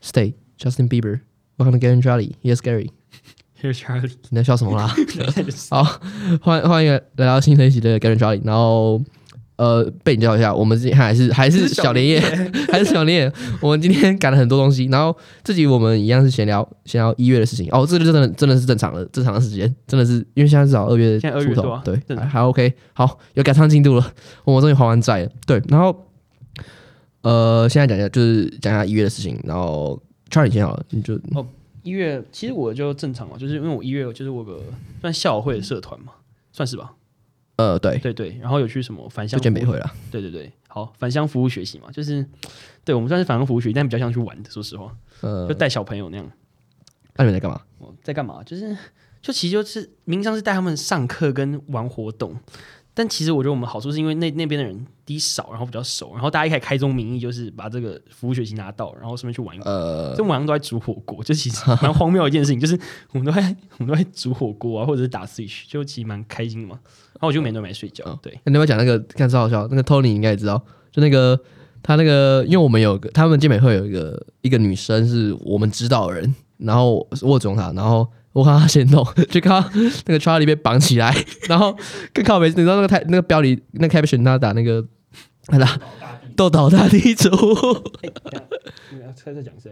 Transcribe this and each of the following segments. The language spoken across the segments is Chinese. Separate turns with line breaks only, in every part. Stay, Justin Bieber, Welcome to Getting Jolly, Yes Gary。
Here Charlie，
你在笑什么 啦？好，换换一个来到新的一集的 Gary Jolly，然后呃被你叫一下，我们今天还是还是小年夜， 还是小年夜，我们今天赶了很多东西，然后这集我们一样是闲聊闲聊一月的事情。哦，这个真的真的是正常的正常的时间，真的是因为现在至少二月
现在2月
出头，
多啊
对，
正
还还 OK，好有赶上进度了，我终于还完债了。对，然后呃现在讲一下就是讲一下一月的事情，然后 Charlie 先好了，你就
一月其实我就正常嘛，就是因为我一月就是我有个算校友会的社团嘛，算是吧？
呃对，
对对，然后有去什么返
就
乡
见
服务
美会了，
对对对，好，返乡服务学习嘛，就是对我们算是返乡服务学习，但比较像去玩的，说实话，
呃
就，带小朋友那样。
那你们在干嘛？
哦在干嘛？就是就其实就是名义上是带他们上课跟玩活动，但其实我觉得我们好处是因为那那边的人第一少，然后比较熟，然后大家一开始开宗明义就是把这个服务学习拿到，然后顺便去玩一玩。
呃。
这晚上都在煮火锅，就其实蛮荒谬的一件事情，就是我们都在我们都在煮火锅啊，或者是打 Switch，就其实蛮开心的嘛。然后我就每天都没睡觉，
嗯
对，
欸你要不要讲那个？看超好笑，那个 Tony 应该也知道，就那个他那个，因为我们有个他们健美会有一个一个女生是我们知道的人，然后我有追踪她，然后我看她先弄， 就看到那个 Charlie 被绑起来， 然后更靠北，你知道那个台那个标题那个 caption 他打那个他打斗倒大地主。
再再讲一下，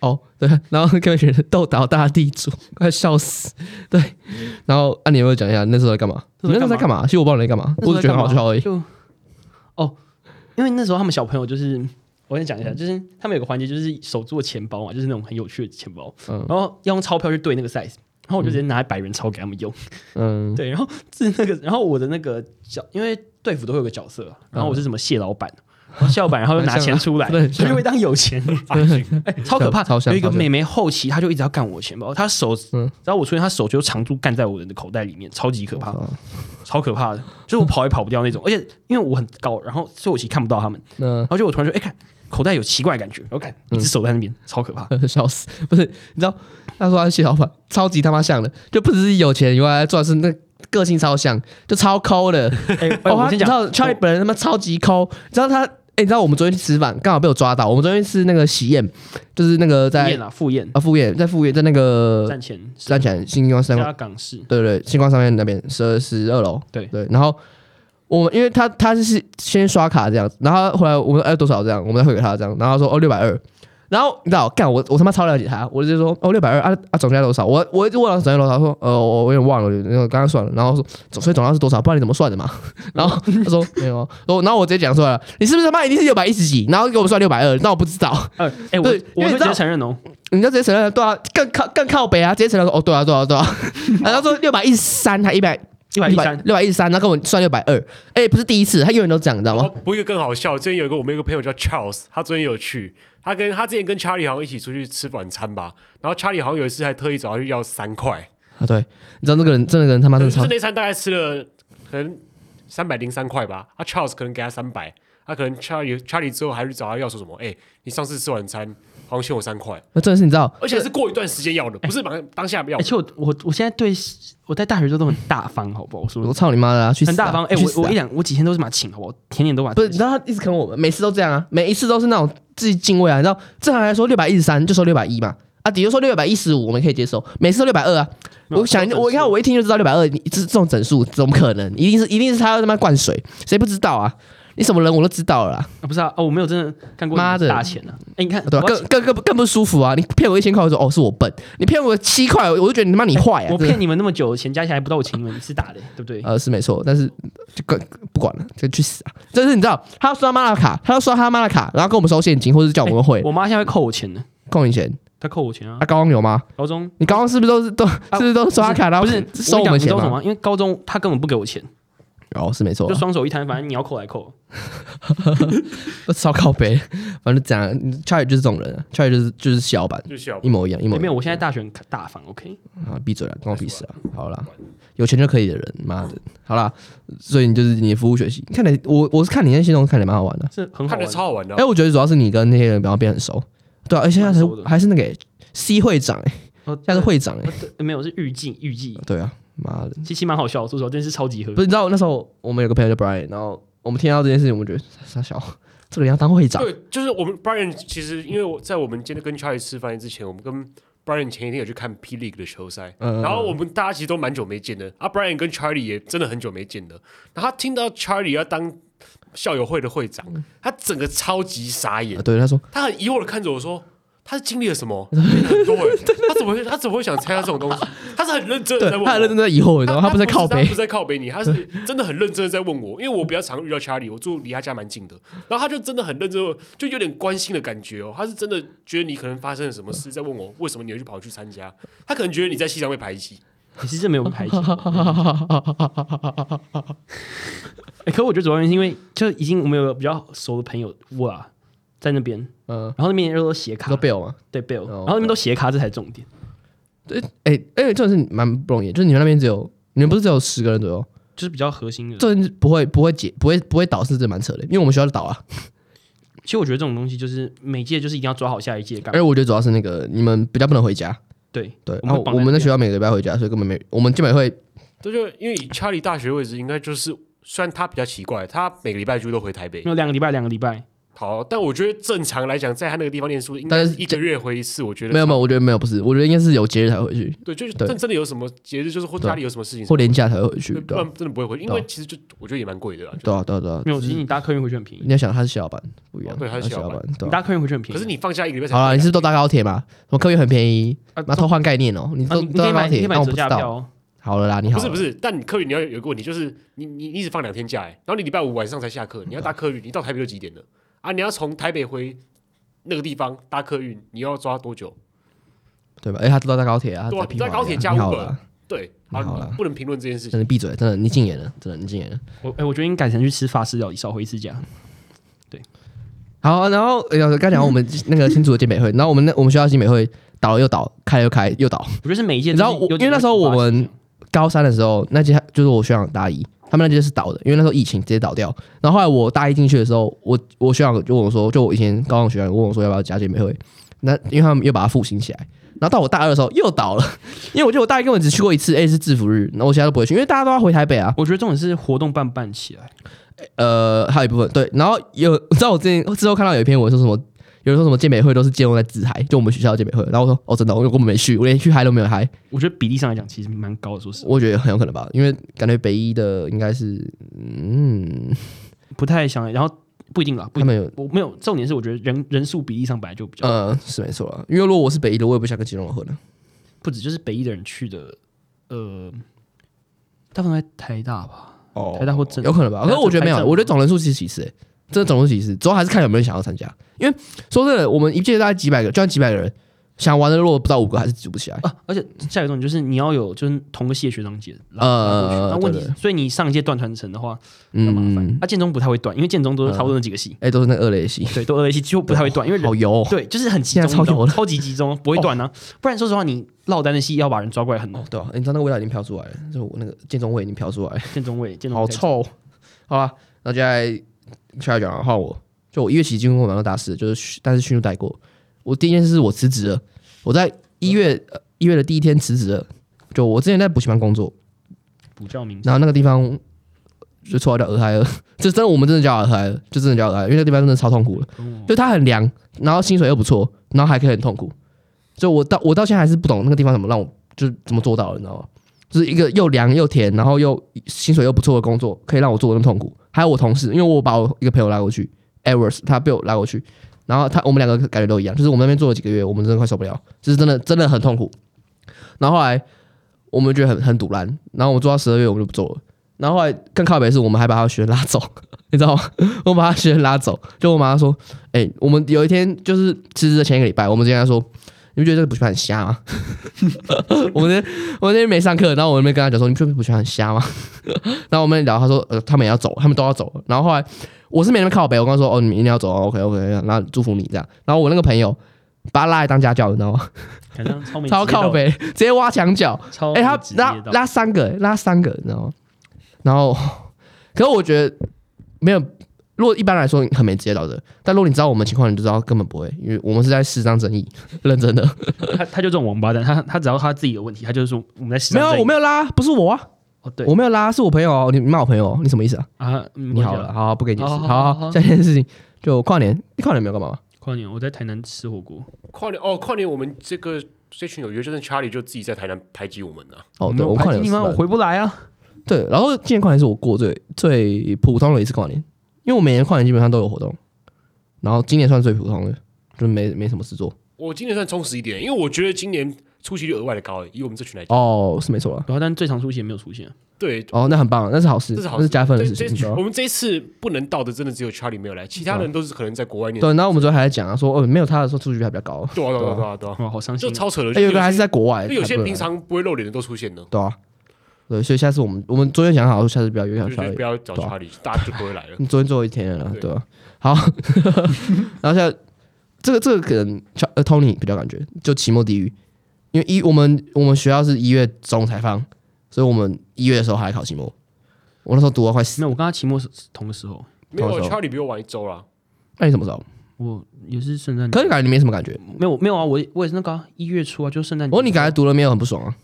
哦，对，然后 caption 是斗倒大地主，快笑死。对，然后啊，你有没有讲一下那时候在干嘛？
那
你那
时候
时候
在
在干
干
嘛？其实我不知道你在干嘛，我只觉得很好笑而已。
就哦，因为那时候他们小朋友就是，我先
嗯
讲一下，就是他们有个环节就是手做钱包嘛，就是那种很有趣的钱包，
嗯
然后要用钞票去兑那个 size。然后我就直接拿百元钞给他们用，
嗯，
对，然后是那个，然后我的那个角，因为队服都会有个角色，然后我是什么谢 老板，然后谢老板，然后就拿钱出来，
真的 很像
就会当有钱人，哎， 超可怕
超！像
有一个
超像
妹妹后期，她就一直要干我钱包，她手，
嗯
只要我出现，她手就长度干在我的口袋里面，超级可怕。
好
超可怕的，就是我跑也跑不掉那种，而且因为我很高，然后所以我其实看不到他们，
那
然后就我突然说，哎、看口袋有奇怪的感觉，然后看一只手在那边，超可怕，
嗯 笑死！不是，你知道他说他是谢老板，超级他妈像的，就不只是有钱以外，主要是那个性超像，就超抠的。
哎、
哦，他
我先
你知
讲，
道 Charlie 本人他妈超级抠，你知道他？哎、你知道我们昨天去吃饭，刚好被我抓到。我们昨天去吃那个喜宴，就是那个
赴
在
宴啊，赴宴，
啊赴宴，在赴宴，在那个
站前
站起来星光三
加港市，
对对，星光上面那边十二十二楼，
对
对，然后。我们因为他他是先刷卡这样子，然后后来我们哎多少这样，我们再汇给他这样，然后他说哦六百二，然后你知道干我我他妈超了解他，我就说哦六百二啊啊总价多少？我我一直问他总价多少，他说呃我我有点忘了，那个刚刚算了，然后说总所以总价是多少？不然你怎么算的嘛？然后他说没有啊，然后然后我直接讲出来了，你是不是他妈一定是六百一十几？然后给我们算六百二，那我不知道，
呃，哎、我
对因
我
为
会
你知
直
道
接承认哦，
你就直接承认了，对啊，更靠更靠北啊，直接承认说哦对啊对啊对 啊，然后说六百一十三还一百
一百一三，
六百一十三，他跟我算六百二，哎，不是第一次，他永远都这样，你知道
哦
吗？，
不过一个更好笑，最近有一个我们有一个朋友叫 Charles，他昨天有去，他跟他之前跟 Charlie 好像一起出去吃晚餐吧，然后 Charlie 好像有一次还特意找他去要三块，
啊，对，你知道那个人，这个人他妈真的
就
超
是，那餐大概吃了可能三百零三块吧，啊 Charles 可能给他三百，他可能 Charlie Charlie 之后还去找他要说什么，哎、你上次吃晚餐好像欠我三块，
那真的是你知道，
而且是过一段时间要的，不是马上当下要
而
的。
且哎我我我现在对我在大学都都很大方，好不好？我
我
说
操你妈的啊，去死啊
很大方，哎、
去死
我
啊
我一两我几天都是把请，好不好？天天都把
不是，你知道他一直坑我们，每次都这样啊，每一次都是那种自己敬畏啊，你知道，正常来说六百一十三就收六百一嘛，啊，比如说六百一十五我们可以接受，每次都六百二啊，
没有
我想
都整数
我一看我一听就知道六百二，你这这种整数怎么可能？一定是一定是他他妈灌水，谁不知道啊？你什么人我都知道了啦，
啊，不是啊，哦，我没有真的干过
妈的
大钱啊，哎、你看，
对吧、
我要
更更更不更不舒服啊！你骗我一千块，我说哦是我笨；你骗我七块，我就觉得你他妈你坏啊！
我
真的
骗你们那么久，钱加起来不到我请你们一次打的，对不对？
呃，是没错，但是就管不管了，就去死啊！就是你知道，他要刷妈的卡，他要刷他妈的卡，然后跟我们收现金，或者是叫我们汇
我妈现在会扣我钱呢，
扣你钱。
她扣我钱啊
啊，。高中有吗？
高中
你高中是不是都是都是不是都刷卡，然后
啊不是
收
我
我
跟
们
你
钱
讲你知道为什么
吗？
吗？因为高中她根本不给我钱，
哦，是没错
就，双手一摊，反正你要扣来扣。
都 超靠背，反正讲 Charlie 就是这种人啊，Charlie 就是就是小版，
就笑
一模一样，一模
里
一
面
样。
哎我现在大学很大方，OK？
啊，闭嘴了，关我屁事啊！好啦，有钱就可以的人，妈的，好啦，所以你就是你的服务学习，看来我我是看你那些东西看起来蛮好玩的。
是很好玩
看着。超好玩的、啊
哎、我觉得主要是你跟那些人比较变很熟，对啊，而且现在
啊蛮
是
熟的
还是那个欸 C 会长、欸，
哦
现在是会长哎、
呃对没有是预计预计，
对啊，妈的，
其实蛮好笑的，说实话，真是超级合
不。是你知道那时候我们有个朋友叫 Brian，然后我们听到这件事情，我们觉得傻傻小，这个人要当会长，
对，就是我们 Brian 其实因为我在我们今天跟 Charlie 吃饭之前，我们跟 Brian 前一天有去看 P League 的球赛，
嗯
然后我们大家其实都蛮久没见的，啊，Brian 跟 Charlie 也真的很久没见了。然后他听到 Charlie 要当校友会的会长，
嗯
他整个超级傻眼
啊，对，他说
他很疑惑的看着我说。他是经历了 什么？变得很多哎、他怎么会他怎么会想参加这种东西？他是很认真的
对，
在问我，
他很认真在疑惑，你知道吗？他不是在靠
他不
背
是，在靠北你，他是真的很认真的在问我，因为我比较常遇到 Charlie，我住离他家蛮近的，然后他就真的很认真地，就有点关心的感觉哦，他是真的觉得你可能发生了什么事，在问我为什么你会去跑去参加，他可能觉得你在戏上被排挤，
可是这没有被排挤。 哎，可我觉得主要原因是因为就已经我们有个比较熟的朋友哇在那边，
嗯，
然后那边人都写
他
卡
说，贝尔嘛，
对 Bill，
哦
然后那边都写卡，这才是重点。
对，哎，哎，这种是蛮不容易，就是你们那边只有你们不是只有十个人左右，
就是比较核心的。
这种是不会不会解不会不会倒是真的蛮扯的，因为我们学校就倒啊，
其实我觉得这种东西就是每届就是一定要抓好下一届干嘛
而。我觉得主要是那个你们比较不能回家，
对
对，
啊我
然
们
后
会绑
我们
在
在
那
学校每个礼拜回家，所以根本没我们基本会
这就因为以 Charlie 大学位置，应该就是虽然他比较奇怪，他每个礼拜几乎都回台
嗯
北，
那两个礼拜，两个礼拜，
好，但我觉得正常来讲，在他那个地方念书，应
但
该
是
是一个月回一次，我觉得
没有没有，我觉得没有不是，我觉得应该是有节日才回去，
对，就是
对
但真的有什么节日，就是或家里有什么事情，
或年假才会回去，
不
对啊
然真的不会回，因为其实就我觉得也蛮贵的啦，
对啊对啊对啊，
没有。其实你搭客运回去很便宜，
你要想他是小老板不一样，
哦对他是
小
小老板
老板，对
你
啊。
搭客运回去很便宜。
可是你放假一个礼拜才
好
回
了，
来
你是都搭高铁嘛？什么客运很便宜，
啊
那偷换概念哦，你
啊，
都
你
都
可以
搭
买，
高
你可以
铁，
买
那我
折
不知
价票
道。
哦。
好了啦，你好了，
不是不是，但你客运你要有一个问题，就是你你你只放两天假、欸，然后你礼拜五晚上才下课，你要搭客运，你到台北就几点了啊？你要从台北回那个地方搭客运，你要抓多久？
对吧？哎，他都搭高铁啊，
对啊
他屁话
你搭高铁
呀
加
你好
Uber
了，
对，
那好啦
啊，不能评论这件事情。
真的闭嘴，真的你禁言了，真的你禁言了。
我哎，我觉得你改成去吃法式料理，少回一次家。
好，然后哎呀，刚讲完我们那个新竹的健美会，然后我们那我们学校的健美会倒了又倒，开了又开又倒。
我觉得是每一届
你知
都是
道
有
我，
几个，
因为那时候我们高三的时候，那届就是我学长大一，他们那届是倒的，因为那时候疫情直接倒掉。然后后来我大一进去的时候，我我学长就问我说，就我以前高中学长问我说要不要加姐妹会，那因为他们又把它复兴起来。然后到我大二的时候又倒了， 因为我觉得我大一根本只去过一次，哎是制服日，然后我其他都不会去，因为大家都要回台北啊。
我觉得重点是活动办不办起来。
呃，还有一部分对，然后有，你知道我之前之后看到有一篇文说什么，有人说什么健美会都是建中在自嗨，就我们学校的健美会，然后我说哦真的，我我没去，我连去嗨都没有嗨，
我觉得比例上来讲，其实蛮高的，说实话，
我觉得很有可能吧，因为感觉北一的应该是，嗯，
不太想。然后不一定啦，不一
他
定。
们有，
我没有重点是，我觉得人人数比例上本来就比较
呃，是没错啊。因为如果我是北一的，我也不想跟金融混了。
不止，就是北一的人去的，呃，大部分在台大吧，
哦
台大或政
有可能吧。
台
可
大
是我觉得没有啊
台，政
我觉得总人数其实其次、欸，真的总人数其次，主要还是看有没有人想要参加。因为说真的，我们一届大概几百个，就算几百个人，想玩的如果不到五个，还是组不起来。
啊，而且下一个重点就是你要有就是同个系的学长姐拉拉过去，
呃
那，问题
对
是，所以你上一届断传承的话，要麻烦
嗯，。
他建中不太会断，因为建中都是差不多那几个系，
哎、都是那个二类系，
对，都二类系就不太会断，因为人
好油、哦。
对就是很集中，
现在超哦
你知道
油
吗
的
超级集中，不会断呢。不然说实话，你落单的系要把人抓过来很难
哦。，对啊，欸你知道那个味道已经飘出来了，就我那个建中味已经飘出来了。
建中位，建中
好
位
臭。好吧，那接下来下来讲的话，换我就我一月起进入蛮多大事，就是迅但是迅速带过。我第一件事是我辞职了，我在一月呃一月的第一天辞职了。就我之前在补习班工作，
补教名
然后那个地方就绰号叫俄亥俄， 这真的我们真的叫俄亥俄，就真的叫俄亥俄，因为那个地方真的超痛苦了，就它很凉，然后薪水又不错，然后还可以很痛苦。就我到我到现在还是不懂那个地方怎么让我就是怎么做到的，你知道吗？就是一个又凉又甜，然后又薪水又不错的工作，可以让我做的那么痛苦。还有我同事，因为我把我一个朋友拉过去，Evers，他被我拉过去，然后他我们两个感觉都一样，就是我们那边做了几个月，我们真的快受不了，就是真的真的很痛苦。然后后来我们觉得很很堵烂，然后我们做到十二月我们就不做了。然后后来更靠北的是，我们还把他的学生拉走， 你知道吗？我们把他学生拉走，就我妈说：“哎、我们有一天就是辞职的前一个礼拜，我们之前说，你不觉得这个补习班很瞎吗？ 我们那我们那天没上课，然后我那边跟他讲说，你不觉得补习班很瞎吗？然后我们聊，他说，呃，他们也要走，他们都要走。然后后来我是没那么靠北，我跟他说，哦，你们一定要走，OK OK，然后祝福你这样。然后我那个朋友把他拉来当家教，你知道吗？
感觉超没
超
职业道
靠北，直接挖墙角。
德，超
哎、他
没职业
拉
道德
拉三个、拉三个，你知道吗？然后， 可是我觉得没有，如果一般来说很没职业道德，但如果你知道我们情况，你就知道根本不会，因为我们是在伸张正义，认真的。
他他就这种王八蛋，他他只要他自己有问题，他就是说我们在市
没
场
有，啊
正义
我没有拉，不是我啊，
哦对
我没有拉，是我朋友哦，你你骂我朋友哦，你什么意思啊？
啊，嗯
你好
我讲
了，好，不给你解释，
好
好
好好
好
好
好，下一件事情，就跨年，诶跨年没有干嘛吗？
跨年我在台南吃火锅，
跨年哦，跨年我们这个这群有约，就是 Charlie 就自己在台南排挤我们啊。
哦，对，我
排
跨
挤
年
你吗？
有
我
失败
回不来啊。
对，然后今年跨年是我过最最普通的一次跨年，因为我每年跨年基本上都有活动，然后今年算最普通的，就没没什么事做。
我今年算充实一点，因为我觉得今年出席率额外的高，以我们这群来讲，
哦，是没错了。
然后啊但最常出现没有出现，啊
对，
哦，那很棒，那是好事，
这是好
那
事
是加分的
这
事情。
这
你知道
我
吗
们这一次不能到的，真的只有 Charlie 没有来，其他人都是可能在国外念。
对，然后我们昨天还在讲啊，说哦，没有他的时候出去率还比较高。
对啊，对啊，对啊，对啊，
哇，好伤
就
心。
超扯的。
哎，
就
有一个还是在国外，
就有
还
些
不能
平常不会露脸的都出现了，
对啊，对，所以下次我们我们昨天讲好，下次不要约
就
小
觉得不
Charlie。
要找
对啊
Charlie，大家就不会来 了。
你昨天最后一天了，
对
对吧？好， 然后现在这个这个可能小呃 Tony 比较感觉就期末地狱，因为一我们我们学校是一月中才放，所以我们一月的时候还在考期末。我那时候读到快死
没，有，我跟他期末是同个时候，
没有啊
多少
，Charlie 比我晚一周啊啦。
那哎你什么时候？
我也是圣诞
可
节。
啊是感觉你没什么感觉。
嗯
没有没有啊，我我也是那个啊一、月初啊，就圣诞节。
我说你感觉读了没有很不爽啊？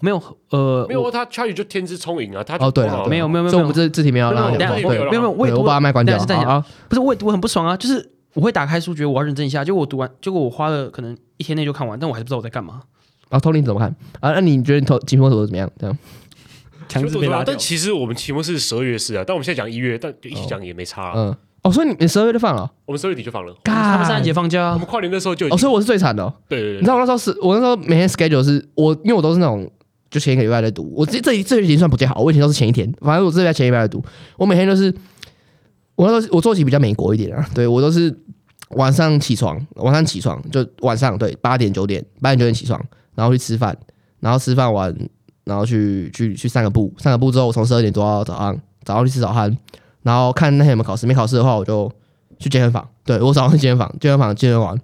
没有呃，
没有，啊他 Charlie 就天资聪颖啊，他
哦，对了，
哇
对
没有没有没有
所以我们这这题没有
我
让他
等一下
讲。对
没有
没有没有，我也
对，我
读
把麦关掉。
等一下等一下
好，好
不是我也读得很不爽啊，就是我会打开书，觉得我要认真一下，结果我读完，结果我花了可能一天内就看完，但我还不知道我在干嘛。
啊，Tony 你怎么看？啊，那你觉得你投期末投的怎么样？这样
强制被拉掉
但。其实我们期末是十二月是啊，但我们现在讲一月，但就一起讲也没差啊。
嗯，哦，所以你你十二月就放了哦，
我们十二月底就放了，
嗯他们圣诞节放假
我
啊
们，跨年的时候就已
哦，
经
所以我是最惨的哦。
对对
你
对
知道我那时候是，我那时候每天 schedule 是我，因为我都是那种就前一个礼拜在读，我这这一这已经算不太好，我以前都是前一天，反正我这礼拜前一个礼拜在读，我每天都是，我那时候我作息比较美国一点啊，对我都是晚上起床，晚上起床就晚上对八点九点八点九点起床，然后去吃饭，然后吃饭完，然后去去去散个步，散个步之后我从十二点多到早上，早上去吃早餐，然后看那天有没有考试，没考试的话我就去健身房，对我早上去健身房，健身房健身完。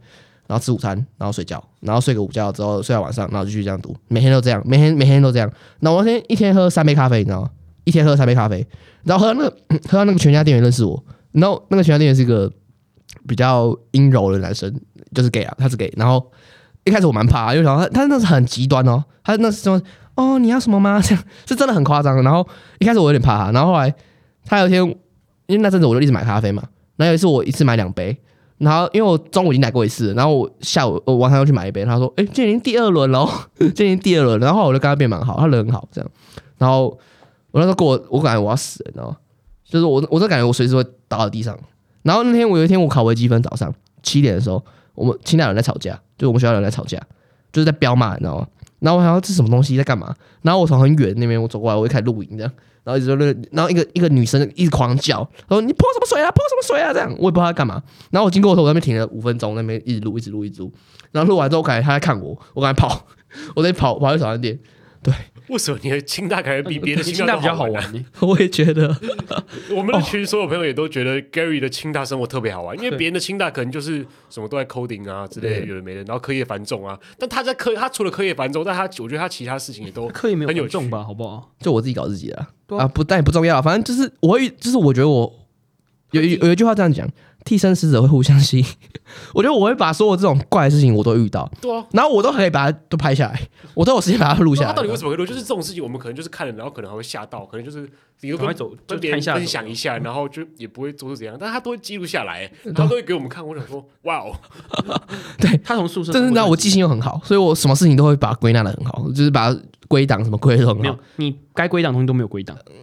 然后吃午餐，然后睡觉，然后睡个午觉之后睡到晚上，然后继续这样读，每天都这样，每天每天都这样。那我那天一天喝三杯咖啡，你知道吗？一天喝三杯咖啡，然后喝到那个喝到那个全家店员认识我，然后那个全家店员是一个比较阴柔的男生，就是 gay 啊，他是 gay。然后一开始我蛮怕，因为想到他他那是很极端哦，他那是说哦你要什么吗？这样是真的很夸张的。然后一开始我有点怕他，然后后来他有一天，因为那阵子我就一直买咖啡嘛，然后有一次我一次买两杯，然后因为我中午已经来过一次了，然后我下午呃我晚上又去买一杯，他说：“哎、今天已经第二轮了哦， 今天已经第二轮。”然后后来我就跟他变蛮好，他人很好这样。然后我那时候过，我感觉我要死了，你知道吗？就是我我就感觉我随时会倒在地上。然后那天我有一天我考微积分，早上七点的时候，我们清大有人在吵架，就是我们学校有人在吵架，就是在飙骂，你知道吗？然后我想要这是什么东西在干嘛？然后我从很远那边我走过来，我就开始录影这样，然后一直就然后一个一个女生一直狂叫，说你泼什么水啊，泼什么水啊这样，我也不知道她干嘛。然后我经过的时候，我在那边停了五分钟，那边一直录，一直录，一直录。然后录完之后，我感觉他在看我，我赶快跑，我在跑跑去早餐店。
为什么你的清大感觉比别的
清大
大
呃
比较好
玩啊？
玩呢。
我也觉得，
我们的群所有朋友也都觉得 Gary 的清大生活特别好 玩，因为别人的清大可能就是什么都在 coding 啊之类的，
对
有的没的，然后课业繁 重啊。但他在课，他除了课业繁重，但他我觉得他其他事情也都
课也没有
很有
很重
趣
吧，好不好？
就我自己搞自己的啊
对啊
啊不但也不重要，反正就是我会，就是我觉得我有有有一句话这样讲：替身使者会互相吸引。 我觉得我会把所有这种怪的事情我都遇到，
对啊。
然后我都可以把它都拍下来，我都有时间把它录
那
下来。
他到底为什么会录？就是这种事情，我们可能就是看了，然后可能还会吓到，可能就是你都
赶快
跟
走，就
跟别
看一
人
下
分享一
嗯
下，然后就也不会做出怎样，但他都会记录下来，他都会给我们看。我想说，哇哦，
他从宿舍，
但是你知道我记性又很好，所以我什么事情都会把它归纳的很好，就是把它归档什么归的很
没
好
有。，你该归档的东西都没有归档，
呃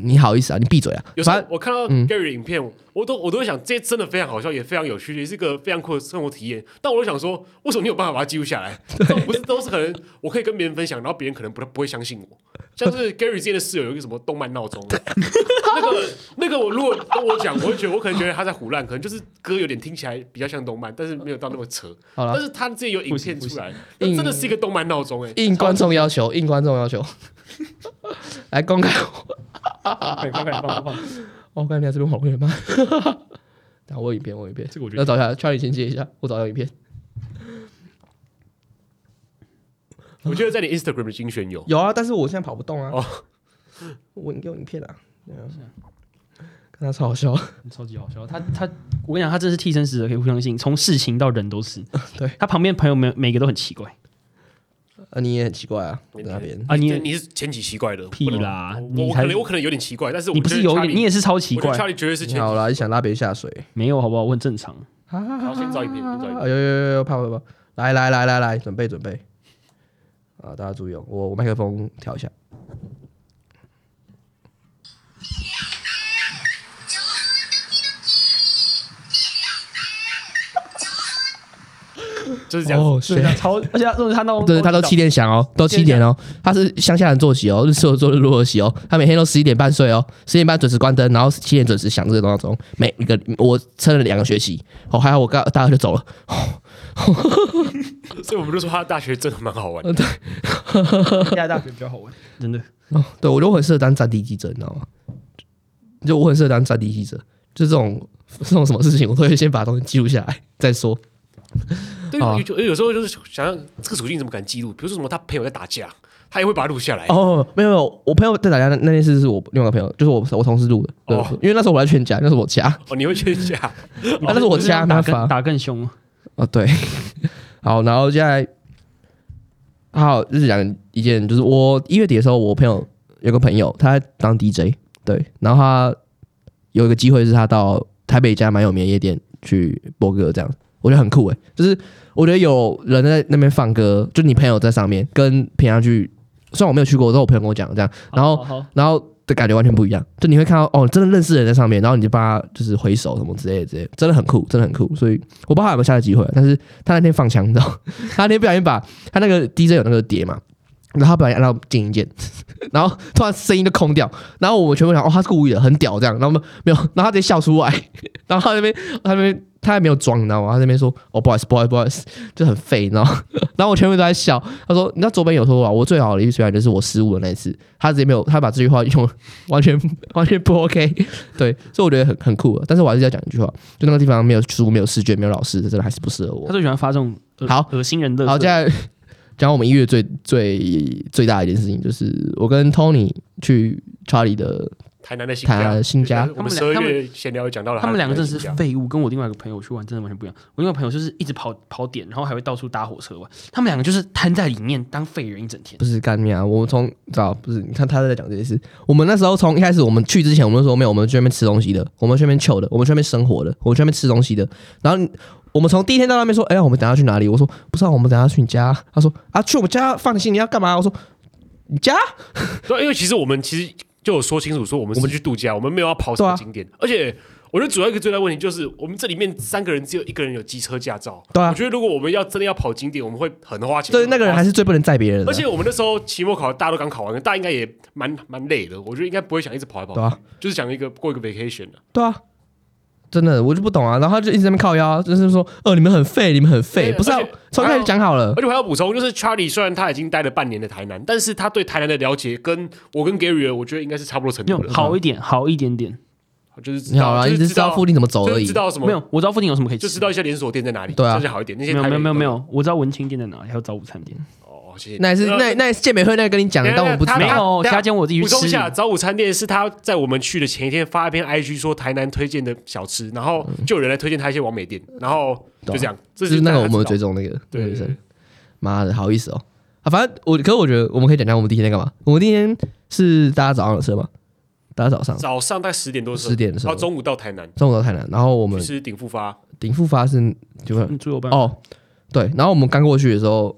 你好意思啊？你闭嘴啊！
有时
反
候
正
我看到 Gary 的影片，我都我都会想，这真的非常好笑，也非常有趣，也是一个非常酷的生活体验。但我就想说，为什么你有办法把它记录下 来？这种不是都是可能我可以跟别人分享，然后别人可能不不会相信 我。像是 Gary 之前的室友有一个什么动漫闹钟， 那个那个我如果跟我讲，我会觉得我可能觉得他在胡乱，可能就是歌有点听起来比较像动漫，但是没有到那么扯。
好了
但。是他自己有影片出来，
啊不
那
行
真的是一个动漫闹钟哎、欸
应观众要求，应观众要求， 来公开。哦
啊
快快快放放，
我刚才这边好会吗？ 等下我有影片，我有影片，
这个我觉得
要找一下，Charlie 先接一下，我找到影片。
我觉得在你 Instagram 的精选有，
有啊，但是我现在跑不动啊。
哦
我你给我影片啊，对啊，看他超好笑。。
超级好笑。他他，我跟你讲，他真是替身 使者，可以互相信，从事情到人都是
对
他旁边朋友们每个都很奇怪，
啊，你也很奇怪啊，我在那边。
啊你也
你是前几奇怪的，
屁啦
我
你
我我
才
可能我可能有点奇怪，但是我
你不是
觉得
有点，
Charlie-
你也是超奇怪
我觉得，Charlie 绝对是前
你
几
好啦，你想拉别人下水？
没有好不好？我很正常。
好，先照一遍，先照 一
啊，有
遍。
有有有，怕怕怕！来来来来来，准备准备。啊，大家注意哦，我我麦克风调一下。
就是这样
哦
子。
对，他啊超， 而且他重点是他闹，
对，他都七点响哦，都七点哦，他是乡下人作息哦，日出做日落息哦，他每天都十一点半睡哦，十点半准时关灯，然后七点准时响这个闹钟，每一个我撑了两个学期，哦，还好我刚大二就走了，
所以我们就说他的大学真的蛮好
哦
玩的。
现在大学比较好玩，真的。
哦，对我觉得我很适合当战地记者，你知道吗？就我很适合当战地记者，就这种 这种什么事情，我都会先把东西记录下来再说。
对，
啊
有有有时候就是想让这个处境怎么敢记录，比如说什么他朋友在打架，他也会把它录下来。
哦，没有没有，我朋友在打架那那件事是我另外一个朋友，就是我我同事录的，对，
哦
因为那时候我在劝架，那是我家，
哦，你会劝一下，
啊但是我家
打
没办法
更打更凶，啊
哦，对， 好，然后现在，好，就是讲一件，就是我一月底的时候，我朋友有个朋友，他当 DJ，对，然后他有一个机会是他到台北一家蛮有名的夜店去播歌，这样我觉得很酷诶，就是我觉得有人在那边放歌，就你朋友在上面，跟平常去，虽然我没有去过，但我朋友跟我讲这样，然后
好好好
然后的感觉完全不一样。就你会看到哦，真的认识的人在上面，然后你就帮他就是挥手什么之类的，之类的，真的很酷，真的很酷。所以我不知道他有没有下次机会，啊但是他那天放枪，你知道吗， 他那天不小心把他那个 DJ 有那个碟嘛。然后他不小心按到静音键， 然后突然声音就空掉，然后我们全部想，哦，他是故意的，很屌这样，然后我们没有，然后他直接笑出来， 然后他那边他那边他还没有装，你知道吗？他那边说，哦，不好意思，不好意思，不好意思，就很废，你知道吗？ 然后我全部都在笑，他说：“你知道左边有说吧，我最好的一次水就是我失误的那一次。”他直接没有，他把这句话用 完全完全不 OK，对， 所以我觉得很很酷啊的。但是我还是要讲一句话，就那个地方没有书、没有视觉、没有老师，真的还是不适合
他
我。
最喜欢发这种恶
好
恶心人的。
好，接下来讲我们一月最最最大的一件事情，就是我跟 Tony 去 Charlie 的，
台南的新
台南
家，
的新家
对我们
他
十
们
二
俩
月闲聊也讲到了
他们两个真的是
新家
废物，跟我另外一个朋友去玩真的完全不一样。我另外一个朋友就是一直跑跑点，然后还会到处搭火车玩。他们两个就是瘫在里面当废人一整
嗯
天。
不是干面啊，我们从早不是，你看他在讲这件事。我们那时候从一开始我们去之前，我们就说没有，我们去那边吃东西的，我们去那边 chill 的，我们去那边生活的，我们去那边吃东西的。然后你我们从第一天到那边说，哎、呀，我们等下去哪里？我说不知啊道，我们等下去你家。他说啊，去我们家放心，你要干嘛？我说你家
对，因为其实我们其实就有说清楚，说我们是去度假，我们没有要跑什
对
么
啊
景点，而且。我觉得主要一个最大问题就是，我们这里面三个人只有一个人有机车驾照。
对啊
我觉得如果我们要真的要跑景点，我们会很花钱。
对那个人还
是，
是最不能载别人的，
而且我们那时候期末考，大家都刚考完，大家应该也蛮蛮累的。我觉得应该不会想一直跑来跑去，
对啊
就是想一个过一个 vacation 的、啊。
对啊。真的，我就不懂啊。然后他就一直在那边靠腰，就是说，呃，你们很废，你们很废，
对
不是、啊
而且？哎
从一开始讲好了
而，且我还要补充，就是 Charlie 虽然他已经待了半年的台南，但是他对台南的了解跟我跟 Gary 的我觉得应该是差不多程
没有
度的。
好一点，好一点点。
就是知
你好
道，
啦，
就
你
是
只是知道附近怎么走
就
而
是
已
知。道什么
没，有，我知道附近有什么可以
就
吃。
知道一些连锁店在哪里，
对啊
这是好一点。那些
没有
台
没
北
有没有没
的
有，我知道文青店在哪，还有早午餐店。
哦，谢谢。
那也是
呃
那那也是健美会那个跟你讲的，
等一下
但我们不知
他
没
道。
有，
等一下
下间我自己
补
去
充一
吃。
下，早午餐店是他在我们去的前一天发一篇 IG 说台南推荐的小吃，然后就有人来推荐他一些王美店，然后就这样，这
就是那个我们有追
最
踪那个那
对
个女
对
生
对，
妈的好意思哦、啊！反正我，可是我觉得我们可以讲讲我们第一天在干嘛。我们第一天是大家早上的车嘛，大家早上
早上大概十点多的时候
10点的时候
然后中午到台南
中午到台南，然后我
去
们
吃鼎富发，
顶复发是就是
嗯，猪油拌饭。
哦，对，然后我们刚过去的时候，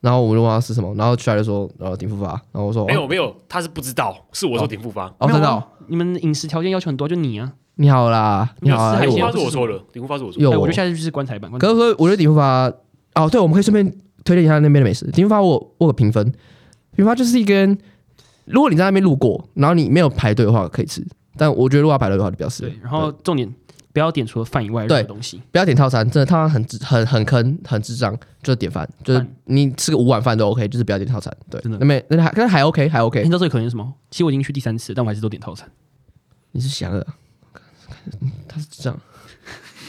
然后我们就问他吃什么，然后去来就说然后顶复发，然后我说
哎没
哦
有没有，他是不知道，是我说鼎富发，
哦
没有
真的
啊
哦，
你们饮食条件要求很多，就你啊。
你好啦你好啊啦
没
鼎
有
富
吃海
发
鲜
是我说
哦
的，鼎富发是我说的，
又
哎，
我
我就下次去吃棺材板。棺材
可
板
是说，我觉得鼎富发哦，对，我们可以顺便推荐一下那边的美食。鼎富发我我有评分，鼎富发就是一根，如果你在那边路过，然后你没有排队的话可以吃，但我觉得如果要排队的话就比较适合
对，然后重点不要点除了饭以外的
对
任何东西。
不要点套餐，真的套餐很智很很坑，很智障，就是点饭，就是
饭
你吃个五碗饭都 OK，就是不要点套餐。对，
真的
那没那还那还 OK 还
你
OK，
知道最可怜是什么？其实我已经去第三次，但我还是都点套餐。
你是想了，他是智障。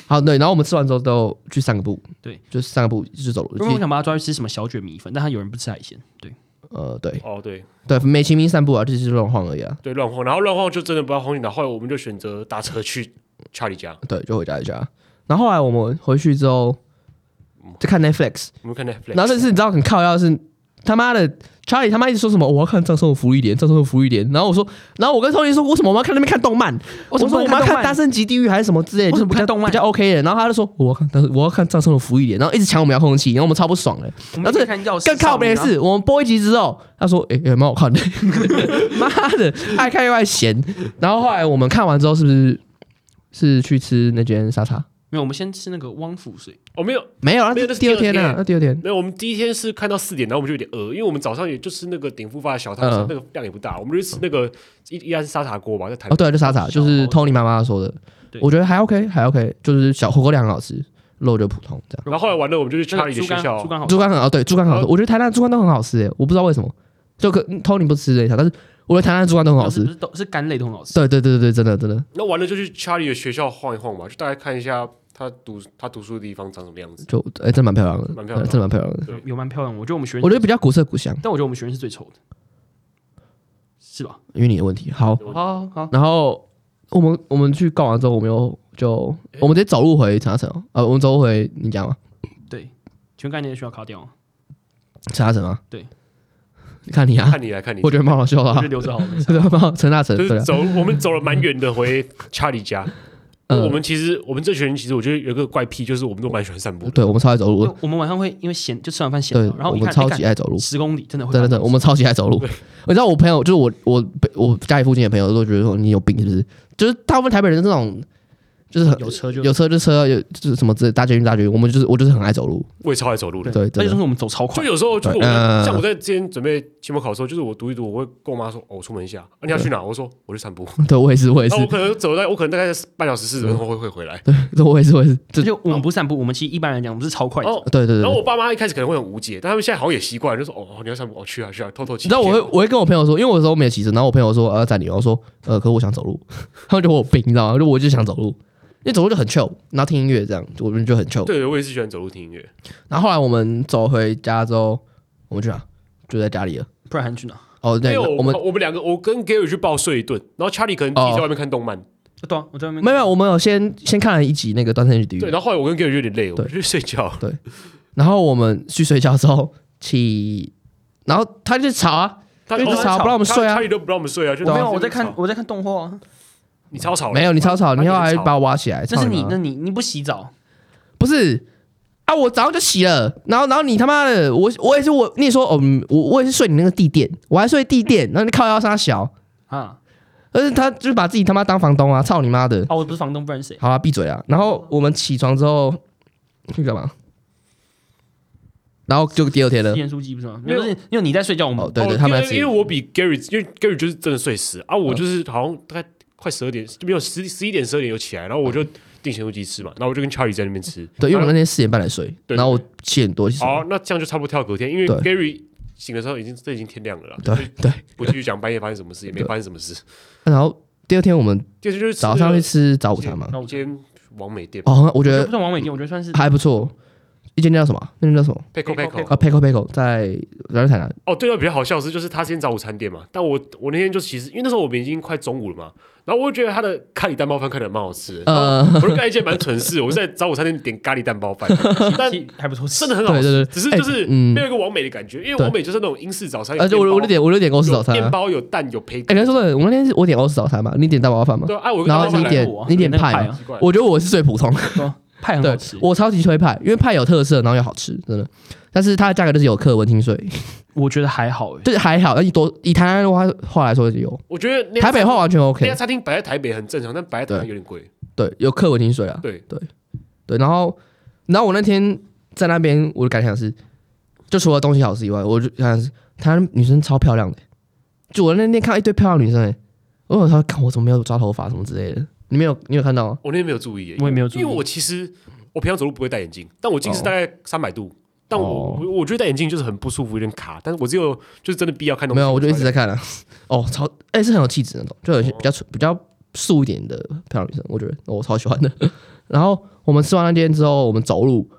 好，对，然后我们吃完之后都去散个步，
对，
就散个步就走
因为我
了。
想把他抓去吃什么小卷米粉，但他有人不吃海鲜。对，
呃，对
哦对
对，美其名散步啊，就是乱晃而已啊。
对乱晃，然后乱晃就真的不要晃去哪，后来我们就选择搭车去查理家，
对，就回家一下。然后后来我们回去之后，就看 Netflix，
我们看 Netflix，
然后但是你知道很靠要是他妈的，Charlie 他妈一直说什么我要看葬送的福利点，葬送的福利点。然后我说，然后我跟 Tony 说，为什么我们要看那边看动漫？
为
我
什么
说
不
我们要
看动
看《
漫
大圣级地狱》还是什么之类的，
为
就
什
是
么不
比较
看动漫
比较 OK 的。然后他就说我要看，但是我要看葬送的福利点，然后一直抢我们遥控器，然后我们超不爽的。
我
然
们
后这个
再看钥匙
更靠
少女
北的
啊
是，我们播一集之后，他说：“诶、也蛮好看 的。”妈的，爱看又爱嫌。然后后来我们看完之后，是不是是去吃那间沙茶？
没有，我们先吃那个汪府 水，
哦，没有
没有，那
没有
是
那是
第二
第二
天啊
天，
那第二天。
没有，我们第一天是看到四点，然后我们就有点饿，因为我们早上也就是那个鼎富发的小套餐
嗯，
那个量也不大，我们就吃那个一一样是沙茶锅吧，在台
哦，对、啊，就沙茶，
小
就是偷你妈妈说的
对，
我觉得还 OK，还 OK，就是小火锅料很好吃，肉就普通这样。
然后后来完了，我们就去
那
查
个
理的
猪
学
肝
校
猪，肝好
嗯
吃，
猪肝很哦好，对，猪肝很好吃，
呃
我觉得台南的猪肝都很好吃欸诶，我不知道为什么，就可偷你不吃这一条，但是我觉得台南的猪肝都很好
不
吃
嗯
是。都是肝类都很好吃。
对对对对对，真的真的，
那完了就去查理的学校晃一晃嘛，就大概看一下他读他读书的地方长什么样子。
就哎、真的蛮漂亮的，
蛮漂亮
呃
的
真的蛮漂亮的。
有有蛮漂亮的，我觉得我们学院，
我觉得比较古色古香，
但我觉得我们学院是最丑的，是吧？
因为你的问题。好，
好好，
然后我们我们去逛完之后，我们又就我们直接走路回陈嘉诚哦，呃，我们走路回你讲吗？
对，全概念需要卡掉，
陈嘉诚啊，
对，
你看你啊，
看你来看你，
我觉得蛮好笑的、
我
啊
觉得，留着好了。没差
对吧？陈大成对
就是
啊，
走，我们走了蛮远的回查理家。
嗯
我们其实我们这群人其实我觉得有一个怪癖，就是我们都蛮喜欢散步的。
对我们超爱走路的，
就我们晚上会因为闲就吃完饭闲
对
聊，，然后
我
一看
们超
哎
级爱走路
干，十公里，真的会
真的真的，
发生
我们超级爱走路。你知道我朋友，就是我我我家里附近的朋友都觉得说你有病是不是？就是大部分台北人这种，就是很
有车就
有车就车，啊有就是什么之类搭捷运搭捷运，我们就是我就是很爱走路，
我也超爱走路的。
对，
而
真
且
的
是我们走超
就
快，
有时候，就是我
对嗯
像我在之前准备期末考的时候，就是我读一读，我会跟我妈说：“哦，我出门一下。”啊，你要去哪？我说：“我去散步。
对我也是我”也是
然后我，可能走在，我可能大概半小时四十分钟会会回来。
对我也是我也是，
而
这哦
且我们不散步，我们其实一般来讲我们是超快
然
的。
后，
对对对
然后
对。
我爸妈一开始可能会很无解，但他们现在好像也习惯，就说：“哦，哦你要散步，哦，去啊去啊，透透气。”
你知道我会我会跟我朋友说，因为我有时候没有骑车，然后我朋友说呃载你，我说呃可我想走路， 他们觉得我有病，你知道吗？就我就想走路，因为走路就很 chill，然后听音乐这样，我们就很 chill。
对，我也是喜欢走路听音乐。
然后后来我们走回家之后，我们去哪？就在家里了。
不然还去哪？
哦，
没
对，
有，我
我们哦
们我们两个，我跟 Gary 去报睡一顿，然后 Charlie 可能自己在外面看动漫。
嗯
对啊，我在外面
没有没有，我们有先先看了一集那个《断线地狱
对，》，然后后来我跟 Gary 有点累，我们
对
去睡觉。
然后我们去睡觉之后起，然后他就吵啊，
他
因为
哦
就吵不
吵
让我们睡啊
c h a r l i，e 都不让我们睡啊，就
我没
在那
有，
边
我在看
吵，
我在看动画啊。
你超吵了，
没有你超吵，
他
你后来
一直吵
把我挖起来，啊
那
操
哎是你，
妈
那你你不洗澡，
不是啊，我早上就洗了，然后然后你他妈的，我我也是我，你也说哦嗯，我我也是睡你那个地垫，我还睡地垫，然后你靠腰上小，
啊
但是他就是把自己他妈当房东啊，操你妈的，
啊！我不是房东，不然谁？
好啊，闭嘴啊！然后我们起床之后去干嘛？然后就第二天了
吸，盐书记不是吗？
没
没
有
有，因为你在睡觉，我们
哦对对
哦
他们
因
在
为
吃
因为我比 Gary，因为 Gary 就是真的睡死啊，
嗯
我就是好像大概快十二点，没有十十一点十二点有起来，然后我就订咸酥鸡吃嘛，然后我就跟 Charlie 在那边吃。
对，因为我
然后
那天四点半才睡，
对
然后我七点多起床，
好，那这样就差不多跳隔天，因为
对
Gary 醒的时候已经这已经天亮了啦，
对
所以
对，
不继续讲半夜发生什么事，也没
对
发生什么事。
然后第二天我们
第二天就是吃
早上去
那
吃早午餐嘛，
那
个
我
一
今天
间王美店
哦，我觉
就
得
不算王美店，我觉得算是
还不错。一间叫什么？那间叫什么？
，Peco Peco。
啊，Peco Peco，在软台南。
哦，对了，比较好笑的是，就是他今天早午餐店嘛，但我我那天就其实因为那时候我们已经快中午了嘛，然后我就觉得他的咖喱蛋包饭看起来蛮好吃的，
呃，
我就干一件蛮蠢事，我在早午餐店点咖喱蛋包 饭，但
其还不错吃
真的很好
对
吃，
对对，
只是
哎
就是
嗯
没有一个完美的感觉，因为
对
完美就是那种英式早餐，有
而且我
面
呃
包
我就点我就点欧式
有
早餐
面
啊。
包有蛋有培
哎，
根，
人家说的，我那天是我点欧式早餐嘛，你点蛋包饭嘛？
对啊，哎我跟
然后
蛋包饭
你点
来
我啊
你点
那个
派
派
嘛
啊
奇怪，
我觉得我是最普通，
对啊派很好
对
吃。
我超级推派，因为派有特色，然后又好吃，真的。但是它的价格就是有克文清税，
我觉得还好哎，
就是还好，欸但你多以台南的话话来说有，
我觉得那家
台北话完全
那家
OK，
餐厅摆在台北很正常，但摆在台南
对
有点贵，
对，有克文清税啊，
对，
对，然后然后我那天在那边，我的感想是，就除了东西好吃以外，我就想是，她女生超漂亮的、就我那天看到一堆漂亮女生、欸，我有她看我怎么没有抓头发什么之类的，你没有你有看到吗？
我那天没有注意耶，
我也没有注意
因为我其实我平常走路不会戴眼镜，但我近视
哦
大概三百度。但我
哦
我我觉得戴眼镜就是很不舒服，有点卡。但是我只有就是真的必要看东西，
没有，我就一直
才
在看啊。哦，超哎、是很有气质那种，就有些比较比较素一点的漂亮女生，我觉得哦我超喜欢的。 然后我们吃完那间之后，我们走路，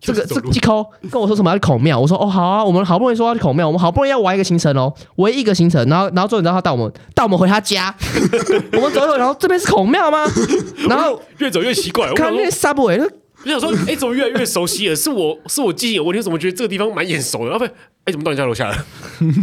这个
走
这
路
一抠跟我说什么要去孔庙，我说哦好啊，我们好不容易说要去孔庙，我们好不容易要玩一个行程哦，唯一一个行程，然后然后最后你知道他带我们带我们回他家， 我们走一走，然后这边是孔庙吗？然后
越走越奇怪。我
看
想
那个
说
subway，那
我想说，哎、怎么越来越熟悉了？是我是我记性有问题，我怎么觉得这个地方蛮眼熟的？要不然，哎、怎么到你家楼下了？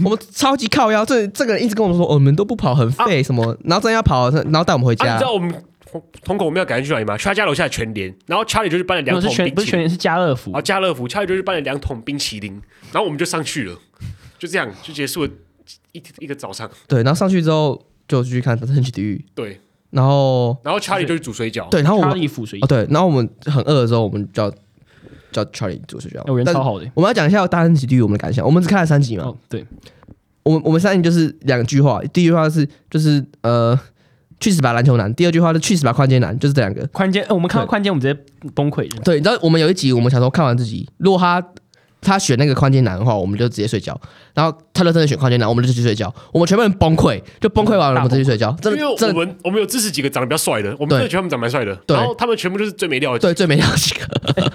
我们超级靠腰，这这个人一直跟我们说，哦我们都不跑，很废什么，然后真要跑，然后带我们回
啊啊，你
家
知。道我们同同口我们要赶去哪里吗？去他家楼下的全联，然后查理就去搬了
没有
两
是
桶
哦
全
冰
不是
淇
全
淋，哦
联是家乐福
然后，家乐福，查理就去搬了两桶冰淇淋，然后我们就上去了，就这样就结束了一一个早上。
对，然后上去之后就继续看《神奇地狱》，
对，
然后
然后查理就去煮水饺，
对，然后我
家
们
里府水
哦，对，然后我们很饿的时候，我们叫叫 Charlie 做睡觉。
哦
有人
但啊
超好的。
我们要讲一下《大三级地狱》我们的感想。我们只看了三集嘛，
哦，对，
我们我们三集就是两句话，第一句话是就是呃去死吧篮球男，第二句话是去死吧宽肩男，就是这两个。
宽肩，呃我们看到
对
宽肩，我们直接崩溃。
对，你知道我们有一集我们想说看完自己，如果他他选那个宽肩男的话，我们就直接睡觉。然后他就真的选宽肩男，我们就去睡觉。我们全部人崩溃，就崩溃完了，我们直接去睡觉。真
因为
的真
我
的
们我们有支持几个长得比较帅的，我们
对
真的觉得他们长得蛮帅的，
对
然后他们全部就是最没料的，
对最没良心。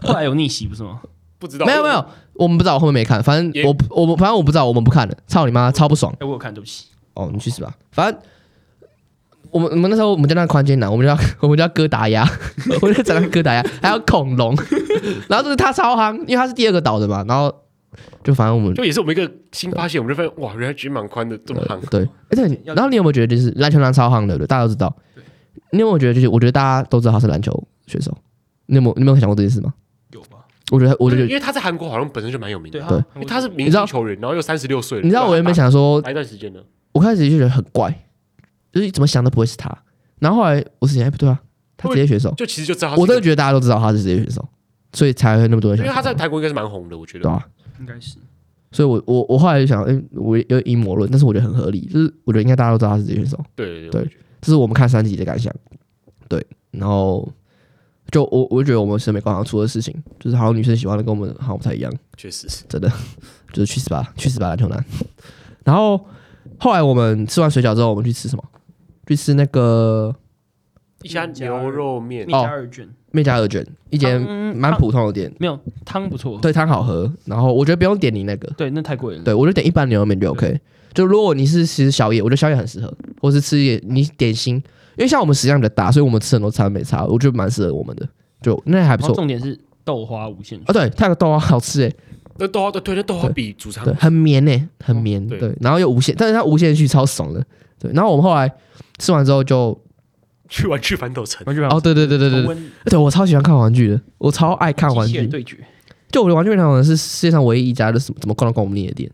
后来有逆袭不是吗？
不知道
没有没有，我们不知道，我后面没看。反正
也
我我们反正我不知道，我们不看了。操你妈，超不爽。
哎，我有看，对不起。
哦，你去死吧！反正我们我们那时候我们叫那个宽肩男，我们叫 我们叫哥达鸭， 我们就叫他哥达鸭，还有恐龙。 然后就是他超夯，因为他是第二个岛的嘛。然后就反正我们
就也是我们一个新发现，我们就发现哇，原来橘蛮宽的这么哦
呃
胖。
对，而且然后你有没有觉得就是篮球男超夯的，对不对大家都知道。你有没有觉得就是我觉得大家都知道他是篮球选手，你有没有你有没有想过这件事吗？
有吧？
我觉得我觉
因
得
为他在韩国好像本身就蛮有名
对，
的，
他
对
韩国
因为他是明
你知道
星球员，然后又三十六岁了。
你知道我原本想说
来一段时间了，
我开始就觉得很怪，就是怎么想都不会是他。然后后来我是想，哎，不对啊，他职业选手，
就其实就知道他是一
我
个，
真的觉得大家都知道他是职业选手，所以才会那么多人
因
想
为
看。
他在韩国应该是蛮红的，我觉
对
得。
啊，
应该是
所以我我我后来就想，哎、我有阴谋论，但是我觉得很合理，就是我觉得应该大家都知道他是职业选手，
对对
对
我觉得
这是我们看三集的感想。对，然后就我我觉得我们审美观好像出了事情，就是好像女生喜欢的跟我们好像不太一样，
确实
真的就是去死吧，去死吧篮球男。然后后来我们吃完水饺之后，我们去吃什么？去吃那个呃
一家牛肉面
蜜，家二卷，
麦家鹅卷，一间
嗯
蛮普通的店，
没有汤不错。
对汤好喝，然后我觉得不用点你那个，
对，那太贵了。
对，我就点一般牛肉面就 OK。就如果你是吃宵夜，我觉得宵夜很适合，或是吃夜你点心，因为像我们食量比较大，所以我们吃很多餐没差，我觉得蛮适合我们的，就那还不
然后
错。
重点是豆花无限
啊，对，它有豆花好吃诶，
那呃豆花对对，那豆花比主餐
对，很绵诶，
哦
很绵，
对
对，然后又无限，但是它无限续超爽的，对。然后我们后来吃完之后就，
去玩去反斗城，
完全
哦，对对对对对对，
温
对我超喜欢看玩具的，我超爱看玩
机器
具
人，对决，
就我的玩具面堂是世界上唯一一家，就是怎么逛都逛不腻的店，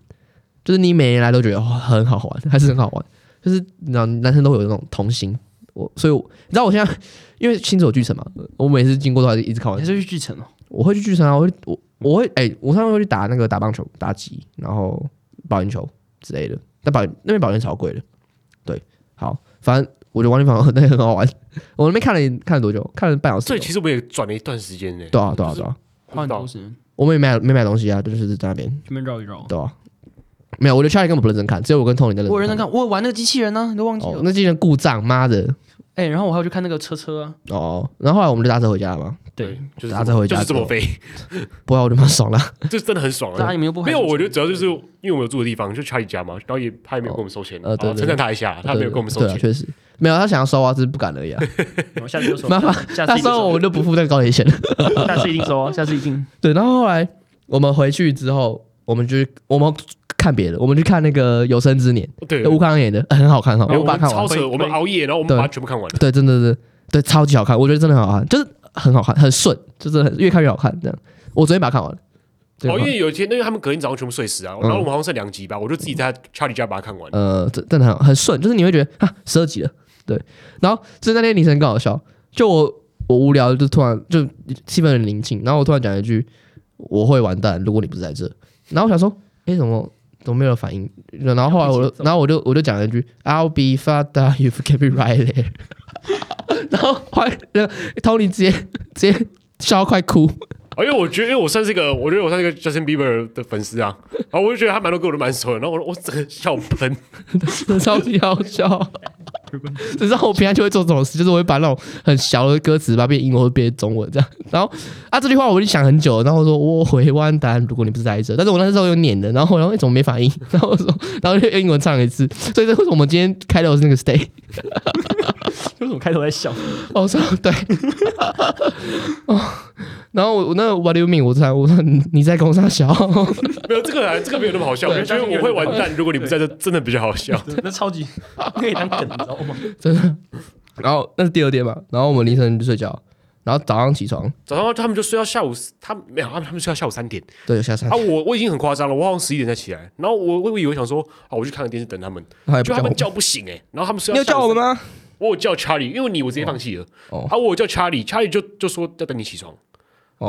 就是你每年来都觉得、哇很好玩，还是很好玩，就是你知道男生都会有那种童心。我所以我你知道我现在因为亲子有巨城嘛，我每次经过都还是一直看
你
玩
还
具。
是去巨城哦。
我会去巨城啊，我会我我会哎、我上次会去打那个打棒球、打击，然后保龄球之类的。但保那边保龄球超贵的，对，好，反正我觉得玩具房很很好玩。我那边看了看了多久？看了半小时
所
有。
以其实我们也转了一段时间呢。
对啊对啊对啊，
花很多时间
我们也买没买东西啊，就是在那边。
这边绕一绕。
对吧、没有，我觉得 Charlie 根本不认真看，只有我跟 Tony 在认真看。
我有认真看，我有玩那个机器人呢，你都忘记
哦，
了？
那竟然故障，妈的！
哎，然后我还有去看那个车车啊。
哦，然后后来我们就搭车回家了嘛，
对，，
就是
大家再回家
就是这么
走
飞，
不然我就蛮爽了。
这真的很爽
那
啊。
你们又不
没有，我觉
就
得主要就是因为我们住的地方就查理家嘛，然后也他也没有跟我们收钱，
呃对
好
对
称赞他一下，他没有跟我们收
对啊，
钱，
确实没有，他想要收啊，只是不敢而已啊。
下次就收，
麻烦
下次
他
一定
收我
收
们，就不付那个高铁钱了。
下次一定收啊， 下次一定。
对，然后后来我们回去之后，我们就我们看别的，我们去看那个《有生之年
对》，
吴康演的，很好看，很好
哎
看，
我
我把
们
它看
超
完。
扯，
会
我们
会
熬夜，然后我们把它
对
全部看完了。
对，真的是对，超级好看，我觉得真的很好看，就是很好看，很顺，就真的很越看越好看。这样，我昨天把它看完了。昨天
哦，
看完
因为有一天，因为他们隔天早上全部睡死啊，
嗯
然后我们好像剩两集吧，我就自己在查理家把它看完。
呃，真真的很很顺，就是你会觉得啊，十二集了，对。然后就是那天凌晨更好笑，就我我无聊，就突然就气氛很宁静，然后我突然讲一句我会完蛋，如果你不是在这。然后我想说，诶，怎么怎么没有反应？然后后来我
要一起
就，
走
然后我就我就讲了一句 I'll be fat if you can be right there。然后后来那个 Tony 直接直接笑到快哭，
哦，因为我觉得，因为我算是一个，我觉得我算是一个 Justin Bieber 的粉丝啊，然后我就觉得他蛮多歌我都蛮熟的，然后我我整个笑喷，
超级好笑。 只是我平常就会做这种事，就是我会把那种很小的歌词把它变英文或变中文这样。然后啊，这句话我已经想很久了，然后我说我回湾单，如果你不是来这，但是我那时候有撵的，然后我然后、欸、怎么没反应？然后我说，然后就用英文唱了一次，所以这为什么我们今天开头是那个 stay？
为什么开头在笑？
哦，是对，哦，然后我我那 What do you mean？我才我说你你在攻上小，
没有这个还，这个没有那么好笑。
对
我觉得我会完蛋，如果你不在这，真的比较好笑。
那超级可以当梗，你知道吗？
然后那是第二天嘛，然后我们凌晨就睡觉，然后早上起床，
早上他们就睡到下午，他们没有，他们他们睡到下午三 点
对，下山
啊。，我我已经很夸张了，我好像十一点才起来，然后我我以为想说啊，我去看个电视等他们，
然后也不叫
就他
我
们
们，
叫不醒哎、然后他们睡
你有
到下
叫
午
我们吗？
我有叫查理，因为你我直接放弃了。
哦
啊，我有叫查理，查理就就说要等你起床。啊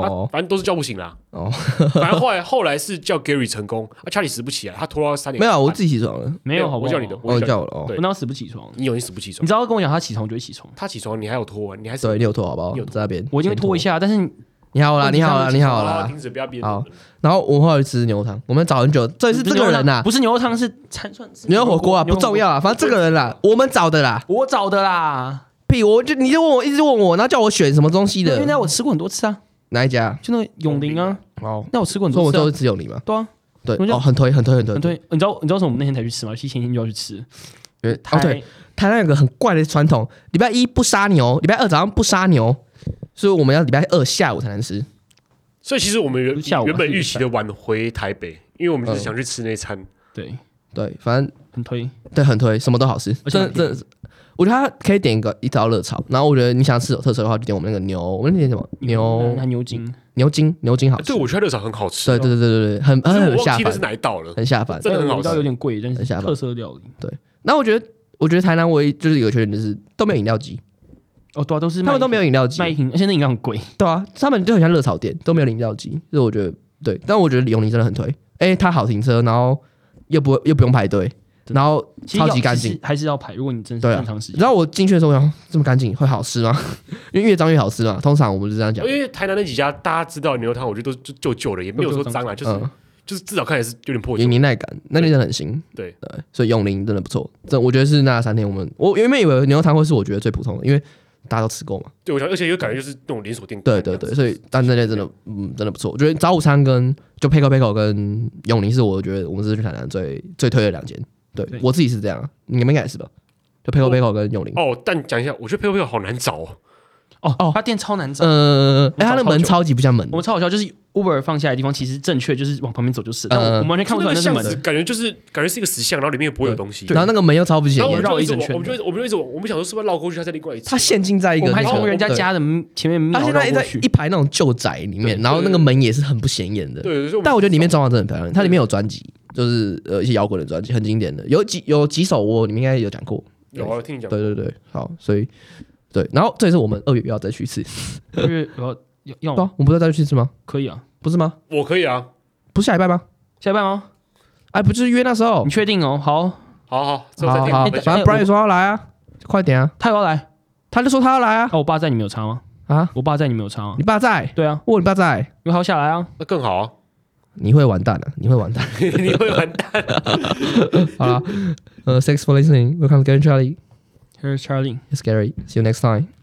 哦，
反正都是叫不醒啦。
哦
反正后来后来是叫 Gary 成功，啊，查理死不起来，他拖到三点
没
半。
有啊，我自己起床了，
没有，好不
我
好？
叫你的，
哦，
我
你
叫
叫
你
我了，哦，
对
我那时死不起床，
你有你死不起
你
床，
知道跟我讲他起床就会起床，
他起床你还有拖完，你还死
对，你有拖好不好
你有？拖
在那边，
我一定会
先
拖一，下，但是
嗯你好啦，你好啦，你好
啊
啦。
停止不要憋
好
着。
然后我们后来吃牛汤，我们找很久，这是这个人呐，
不是牛肉汤是餐涮是
牛肉火锅啊，不重要，啊，反正这个人啦，我们找的啦，
我找的啦，
屁，我就你就问我，一直问我，然后叫我选什么东西
因为那
的，
我吃过很多次啊，
哪一家？
就那个永林啊，
哦，
那我吃过很
所以
多
我
次
都是
啊，
只有你嘛，
对啊，
对，
我就
哦，很推，很推，很推，
对，你知道你知道为什么我们那天才去吃吗？其实前天就要去吃，
因为哦，对，，台湾有个很怪的传统，礼拜一不杀牛，礼拜二早上不杀牛，所以我们要礼拜二下午才能吃。
所以其实我们原
下午啊
原本预期的晚回台北，因为我们就是
嗯
想去吃那餐。
对，
对，反正
很推，
对很推，什么都好吃，
而且
真的真的是。我觉得它可以点一个一道热炒，然后我觉得你想吃有特色的话，就点我们那个牛，我们那点什么牛
还嗯牛哎筋，
牛筋牛筋好吃。
对，我觉得热炒很好吃，
对哎对对对对，很
只是
很
我
很下
忘记的是
饭，
哪一道了。
很下饭。
真的很好吃
味道有点贵，但是
很下饭
特色料理。
然后我觉得我觉得台南唯一就是有个缺点就是都没有饮料机，
哦，对啊，都是
他们都没
有
有饮料机
卖，一瓶，而且那饮料很贵。
对啊，他们就很像热炒店，都没有饮料机，所以我觉得对。但我觉得李永宁真的很推，哎、它好停车，然后又不又不用排队，
真的
然后
其实要
超级干净
其实还是要排。如果你真的
对
是
啊
正常时
你
间
知，道我进去的时候，我想这么干净会好吃吗？ 因为越脏越好吃嘛，通常我们是这样讲
因。为台南那几家大家知道的牛肉汤，我觉得都就旧旧的，也没有说脏啊，就是
嗯，
就是至少看起来是有点破旧
有。年代感，那真的很行。
对
对，所以永宁真的不错。这我觉得是那三天我们，我原本以为牛肉汤会是我觉得最普通的，因为大家都吃过嘛。
对，我想，而且有感觉就是那种连锁店。
对对对，所以但那天真的，嗯，真的不错。我觉得早午餐跟就 Pico Pico 跟永宁是我觉得我们是去台南最最推的两间。对
对
我自己是这样啊，你们应该也是吧？就 Pico
我
Pico 跟永宁。
哦，但讲一下，我觉得配配好难找哦。
哦哦，他店超难找。
呃，哎，他
我
的
找
门
超久
超级不像门
我，们超好笑，就是 Uber 放下来的地方，其实正确就是往旁边走就是，但
呃
我我们完全看不出来那
就那个
是
巷
门
子，。感觉就是感觉是一个石像，然后里面也不会有东西。
然后那个门又超不显
然后我
眼
们，就
绕一
一直
整
往，
圈
我们就一直我们就一直往，我们想说是不是绕过去，它在另外一
它
侧。
陷进在一
我
个
们还
那个
从人家
对
家的门前面
他
绕
现在
绕过
在
去
一，排那种旧宅里面，
对
然后那个门也是很不显眼的。
对，所以我们
但我觉得里面装潢真的很漂亮，它里面有专辑，就是呃一些摇滚的专辑，很经典的，有几有几首我你们应该有讲过。
有啊，我听你讲。
对对对，好，所以对，然后这也是我们二月要再去一次，
就是要要要
对啊，我们不是要再去一次吗？
可以啊，
不是吗？
我可以啊，
不是下礼拜吗？
下班吗？
哎，不就是约那时候
你？确定哦？好，
好好，之后再
好
听
好，
哎
我分
等
享。
反正
哎
Brian
我
说要来啊，快点啊，
他有要来。
他就说他要来啊
啊，我爸在，你没有差吗？
啊，
我爸在，你没有差吗
你？爸在，
对啊，
我你爸在，
因为他要下来啊。
那更好啊，
你会完蛋的，你会完蛋。
你会完蛋。
好了，呃，thanks for listening. Welcome to Gary Charlie.
Here's Charlie。
It's Gary. See you next time.